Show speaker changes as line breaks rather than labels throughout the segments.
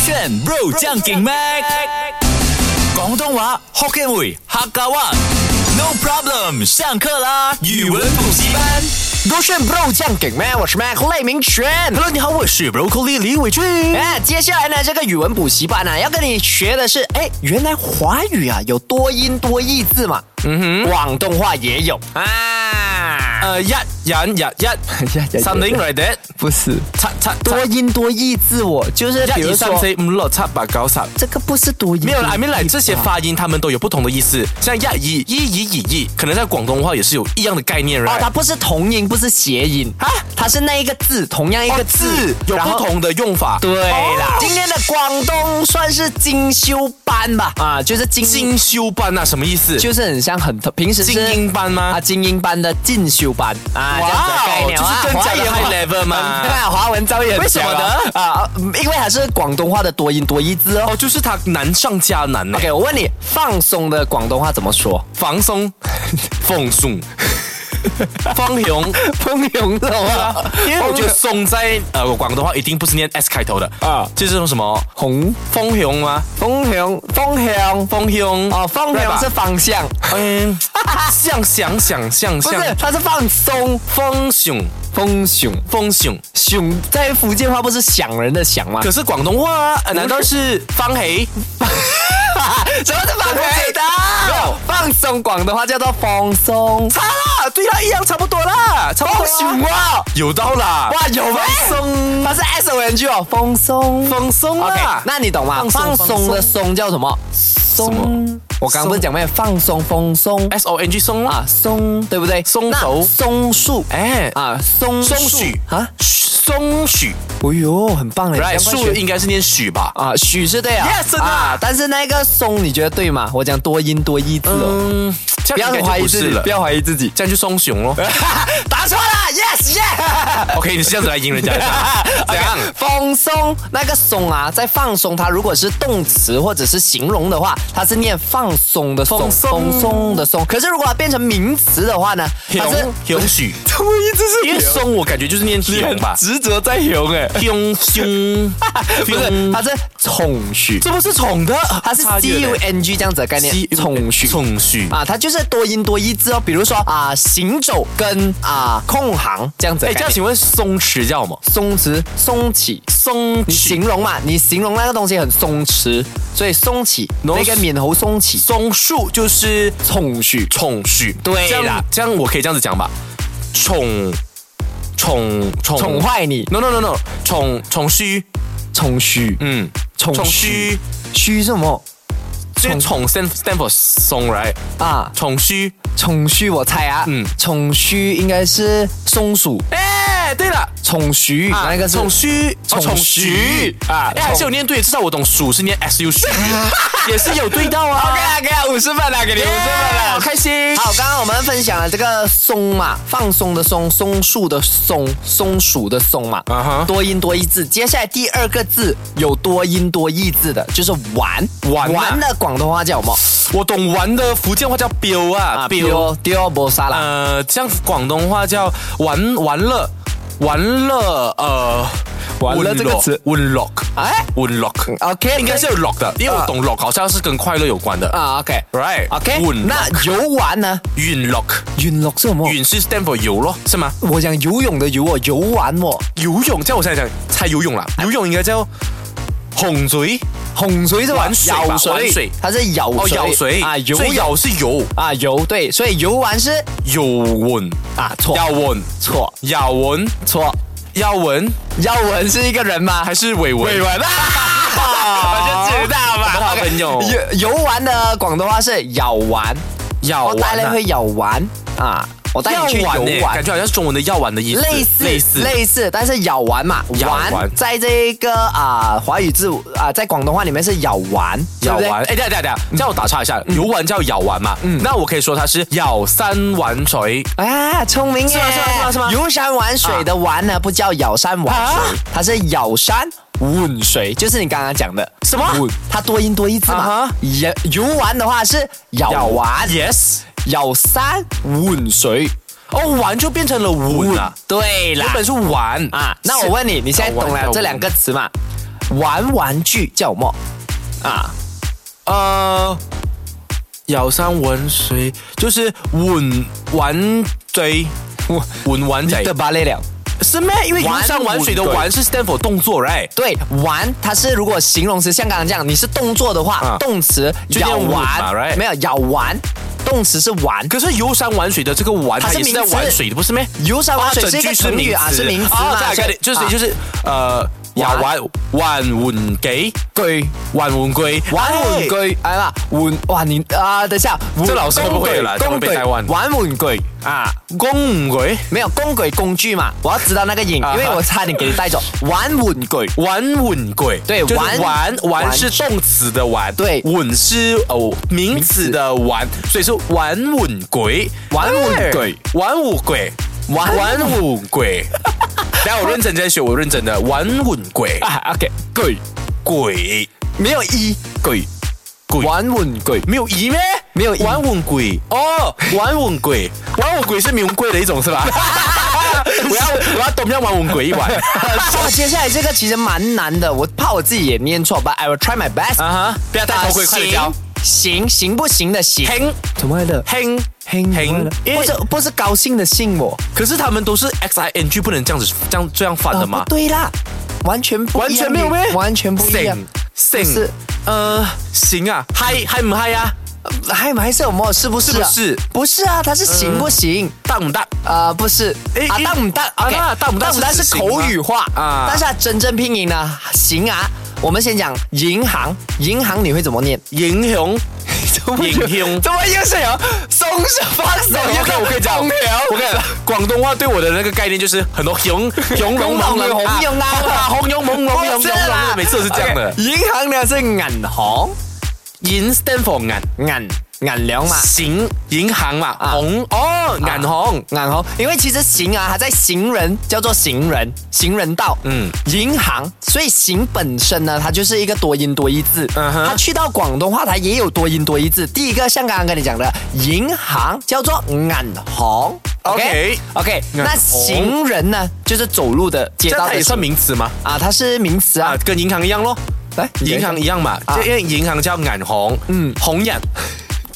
选 Bro 将劲 Mac，广东话 Hokkien 语客家话。No problem，上课啦！语文补习班。
都是 bro 酱梗咩？我是 Mac 赖明全。
Hello，你好，我是 Broccoli 李伟俊。
哎，接下来呢，这个语文补习班呢、啊要跟你学的是，哎，原来华语啊有多音多义字嘛，嗯哼，广东话也有啊，
呃，一人日一，something like that，
不是，
七七
多音多义字我就是比
一嗯
如
二三
说
四五六七八九十。
这个不是啊多音多义，
没有啦，I mean like 这些发音，他们都有不同的意思。像呀一、一以以一，可能在广东话也是有一样的概念
哦，它
，right？
不是同音，不是谐音
啊
它是那一个字，同样一
哦
个
字
字，
有
然
不
后
同的用法。
对啦
哦，
今天的广东算是精修班吧，啊，就是精
精修班啊，什么意思？
就是很像很特平时是
精英班吗
啊，精英班的进修班啊，这样子的概念
哦
啊，
就是更加的
华语
high level 嘛
对啊，华文造诣
为
很强啊
什么呢
啊，嗯因为它是广东话的多音多义字哦。
哦，就是它难上加难呢。
OK，我问你，放松的广东话怎么说？
放松，放 松，放松。
风涌的话
因为我觉得“松”哦在呃广东话一定不是念 S 开头的啊
啊，
就是用什么
红
风雄吗？
风涌风涌
风雄啊
哦，风涌是方向，
嗯， 像想想想
不是
像，
它是放松
风雄
风涌
风雄，
熊，在福建话不是响人的响吗？
啊可是广东话呃难道是方黑？
什么是放
我不知道哎
没有放松广东话叫做放松。
差啦，对啦，一样差不多啦，差不多
风
啦
熊啊！
有道啦，
哇，有吗？
放松
它是 S O N G 哦，放松。
放松啊
OK，
啦。
那你懂吗？
放松
放松的松叫什么？
么
松。我刚刚不是讲咩？放松，放松
S O N G 松啦，
啊，松，对不对？
哎松
那
手
松树
哎，
啊，松
松
树
许
啊，
松许，
哎呦，很棒嘞！
来
你赶快
树
学
应该是念许吧？
啊，许是对啊
Yes，真的
啊，但是那个松你觉得对吗？我讲多音多义字哦，
嗯，这
不要
样应该就
怀疑
不
自
是
己，
了
不，要怀疑自己。
这样就松熊 咯。
答错了，yes yes。
OK，你是这样子来赢人家的，
啊
怎样？
放松那个松啊，在放松它如果是动词或者是形容的话，它是念放松的松，
放松
放松的松。可是如果它变成名词的话呢，它是
熊熊许，
怎么一直
因为
是
松我感觉就是念熊吧，
执着在熊哎、
熊熊，
不是，它是宠许，
这不是宠的，
它是 C U N G 这样子的概念，宠许。
宠许。
啊，它就是多音多义字哦，比如说啊，行走跟啊空行这样子的
哎，
概
这
念。
样请问松弛叫什么？
松弛、松起、
松
你形
弛、
容嘛，你形容那个东西很松弛，所以松起，
No-
那个免喉松起，
松树就是
冲许
宠许。
对
这样
啦
这样我可以这样子讲吧，宠宠宠
宠坏你，
No no no no，宠宠虚，
冲虚，
嗯，
宠
宠虚，
虚虚什么
这个宠 stand stand for 松 right，
啊？
宠虚。
冲虚我猜啊，
嗯
嗯，冲虚应该是松鼠，
哎，对了。
冲虚啊
啊
那个是
宠虚，哦
宠
宠虚
虚
啊
啊，
哎，还是有念对，至少我懂鼠是念 S U 虚，也是有对到啊。
啦，给了五十分啊了，给你
耶哎好开心。
好，刚刚我们分享了这个松嘛，放松的松，松树的松，松鼠的松嘛
啊哈
多音多义字。接下来第二个字有多音多义字的，就是玩
玩啊
玩的广东话叫什么？
我懂玩的福建话叫 biu 啊，biu，
丢丢波沙啦，
呃，这样广东话叫玩玩乐，玩乐，呃，
玩乐这个词
，win lock，
哎
，win lock，
，OK，
应该是有 lock 的，因为我懂 lock 好像是跟快乐有关的
啊，OK。
，right？
OK，
win
那
lock，
游玩呢？
运 lock，
云龙是什么？
运是 stand for 游咯，是吗？
我讲游泳的游哦，游玩哦，
游泳，叫我现在讲猜游泳啦，
啊
游泳应该叫洪水
哄水是吧？
玩水吧
舀
玩水
它是舀
哦，
水
游水
啊，游
所以
泳
游是游
啊，游对，所以游玩是
游文
啊，错
要文
错
要文
错，
要文
耀文是一个人吗？
还是伟文？
伟文啊？ 我就知道
我们
嘛，
好朋友
OK，游 游玩的广东话是咬玩，
要
我带
文
你
啊
去咬玩啊，我带
药
你去游
丸呢，
玩
感。觉好像是中文的药丸的意思，
类似
类似
类似，但是咬完嘛，
咬完
在这一个啊、华语字啊、在广东话里面是咬完，
咬
对不
完，
对
哎，等一下等一下等一下，这样我打岔一下，游玩叫咬丸嘛，那我可以说它是咬三玩锤，
啊，聪明耶！
是吗是吗是吗是吗啊
游山玩水的玩呢，不叫咬山玩水，它是咬山吻水，就是你刚刚讲的
什么
吻它多音多义字
啊
嘛
哈。
游游玩的话是咬玩，
，yes，
咬山吻水，
哦，玩就变成了文啊，
对
原
啦
本是玩
啊啊。那我问你，你现在懂了这两个词嘛？玩玩具叫么？啊，
呃，有生玩水就是玩玩 嘴，玩玩仔
的芭蕾了。
是咩？因为游山玩水的
玩
玩是 stand for 动作，right？
对，玩它是如果形容词像刚刚这样，你是动作的话，
啊
动词
就
咬
像吻
玩，
嘛，right？
没有咬玩，动词是玩。
可是游山玩水的这个玩，
它
它
是
也是在
名词
玩水的，不是咩？
游山玩水
啊
是一
整
个
句
成语啊，是名词嘛
啊，大概
所
的
以
就是
啊
就是呃，玩玩玩玩具，
对
玩玩具，
玩玩
哎。
具，哎嘛，玩哇你啊，等一下，
这老师会不会啦这
工
会
具
被带弯
玩玩具啊，
工具，
没有工具工具嘛，我要知道那个音，
啊
因为我差点给你带走。玩玩 具，
玩玩具，
对
就是
玩
玩玩
玩
是动词的玩，
对
玩是哦名词的玩，所以是玩玩具，
玩玩具
哎，玩玩具，
玩
玩玩 具。来，我认真在学，我认真的玩玩具，
啊，OK，
鬼鬼
没有一
鬼鬼，
玩玩 具，
没有疑咩？
没有疑
玩玩鬼哦，玩玩鬼，玩玩鬼是名贵的一种是吧？我要我要懂要玩玩鬼一碗。
哇，接下来这个其实蛮难的，我怕我自己也念错，but I will try my best。
啊哈！不要戴头盔，
啊
快点教。
行行行不行的行，
行
怎么来的？
行
行怎么来的
因
不
为
是不是高兴的兴我，
可是他们都是 X I N G，不能这样子这样这样翻的
啊
嘛
不？对啦，完全不一样
完全没有咩？
完全不一样。
行
是
行，呃，行啊，嗨嗨唔嗨啊？
还还是有么？是不是啊？
是不是
不是啊，它是行不行？
大唔大？
啊，不是
诶
啊，
诶
当唔当
啊
？OK，
那当唔当
当
是
是
行吗
口语化啊
啊，
但是它真正拼音呢，行啊。我们先讲银行，银行你会怎么念？
英雄，英雄。
怎么又是 有松手放手？
我跟哦我跟你 讲，我
空
跟
调
你讲，广东话对我的那个概念就是很多熊熊龙
猛
猛
龙
龙
红用啊
红熊猛龙熊熊龙，每次都是这样的
OK，。银行呢是银行，
银 stand for 银
银银两嘛。
行银行嘛，红哦银行。
银行，啊因为其实行啊，它在行人叫做行人，行人道，嗯
嗯，
银行，所以行本身呢，它就是一个多音多义字，
嗯哼
它去到广东话，它也有多音多义字。第一个像刚刚跟你讲的，银行叫做银行
OK
OK，
银行
那行人呢，就是走路的街
这
道
样它
的
也算
行
名词吗？
啊，它是名词啊
啊，，跟银行一样咯，
来，你讲
银行一样嘛，
啊
就因为银行叫银行，
嗯
嗯，红眼，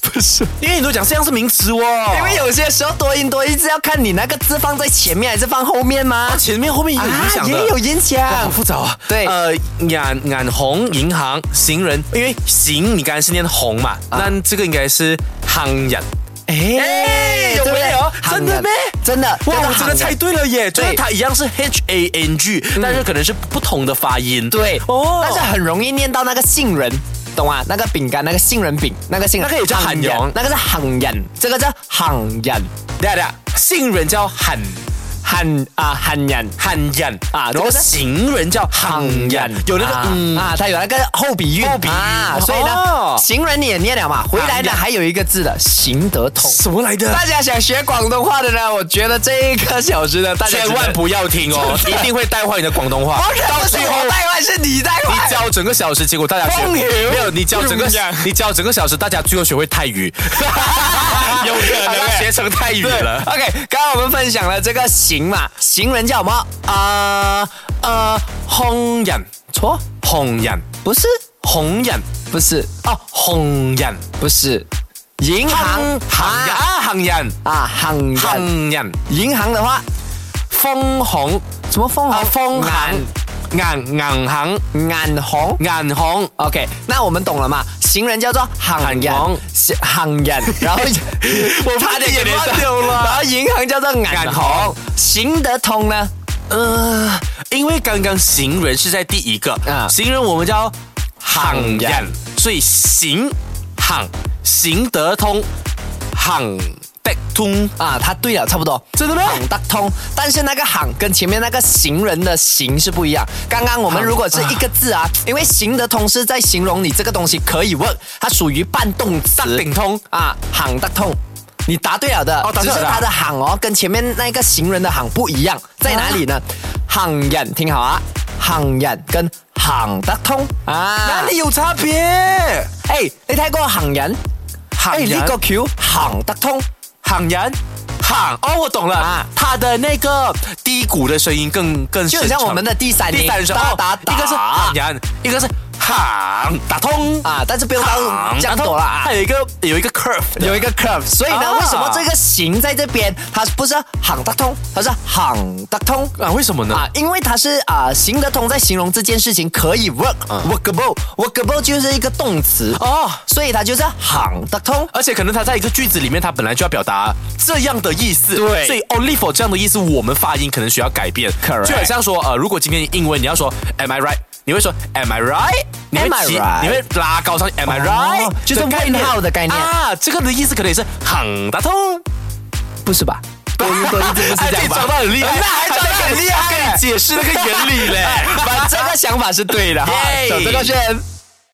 不是。
因为你都讲这样是名词哦，
因为有些时候多音多义字要看你那个字放在前面还是放后面吗？啊
前面后面也哦有影响的，
也有影
哇好
响。
复杂啊，
对
呃，眼眼红银行行人，因为行你刚才是念红嘛，那这个应该是行人，
啊哎
有
对不对
没有
行
真的
人
咩
真的，叫
哇，
做
我真的
行人
猜对了耶，就是
对
它一样是 H A N G，但是可能是不同的发音，
对
哦
但是很容易念到那个杏仁，懂啊？那个饼干，那个杏仁饼，那个杏仁，
那个也叫
行
行人
那个是行人，这个叫行人，
对啊对啊，行人叫喊
行啊行人。
行人
啊
然
这
后
个是
行人叫行人，有那个
啊
嗯
啊，它有那个后鼻韵
后鼻韵
啊，所以呢
哦，
行人你也念了嘛，回来呢
行人
还有一个字的行得通。
什么来的
大家想学广东话的呢，我觉得这一个小时呢，大家
千万不要听 哦，一定会带坏你的广东话。
觉得，不是我带坏，是你带
你
坏。
教整个小时，结果大家学
风流
没有，你教整个
怎么样
你教整个小时，大家最后学会泰 语，有可
能欸
学成泰语了。
OK，刚刚我们分享了这个行嘛，行人叫什么？
啊啊，红人
错，
红人
不是，
红人
不是，
哦，红人
不是，银行
行人啊，行人
啊，行人，
行人
银行的话，
枫红
什么风
啊，
行？
枫行银银行
银银行。
银行
OK，那我们懂了嘛？行人叫做行人
行，
行行人，然后我
差点给你
忘掉了，然后银行叫做银
银
行
行，
行得通呢？
呃，因为刚刚行人是在第一个，
啊
行人我们叫行
行
人
人，
所以行行行得通，行得通，
啊，他对了，差不多，
真的吗
行得通，但是那个行跟前面那个行人的行是不一样。刚刚我们
行
如果是一个字啊，因为行得通是在形容你这个东西可以 work，它属于半动词
得顶通
啊，行得通。你答对了的，
哦答
只
对了
是
的
它的行哦，跟前面那个行人的行不一样，在哪里呢？
啊
行人，听好啊，行人跟行得通啊，
哪里有差别？
哎，你睇过行人，
行
哎呢
人
个桥行得通。
行人躺哦，我懂了，
啊
它的那个低谷的声音更更
就很像
深沉
我们的第三音
第三声
哒
哦
哒哒
一个是喊然，一个是喊打通
啊，但是不用到
躺
这样
打通
多了啊。
它有一个有一个 curve 的
有一个 curve，所以呢，
啊
为什么这个行在这边，它不是行得通，它是行得通
啊？为什么呢？
啊？因为它是啊行得通，在形容这件事情可以 work，workable，workable 就是一个动词
哦，
所以它就是行得通。
而且可能它在一个句子里面，它本来就要表达这样的意思，
对
所以 only for 这样的意思，我们发音可能需要改变
Correct
就很像说，呃，如果今天英文你要说 Am I right？你会说 Am I right？你会
Am I
急
right？
你会拉高上 Am I
哦
right？、
就是问号的概念
啊，这个的意思可能也是很打通。
不是 吧？多音多义字不是这
哎自己
样吧？
装到很厉害
那还装得很
还
厉
在
害， 哎
跟你解释那个原理嘞
把这个想法是对的哈
Yay，
走这个圈。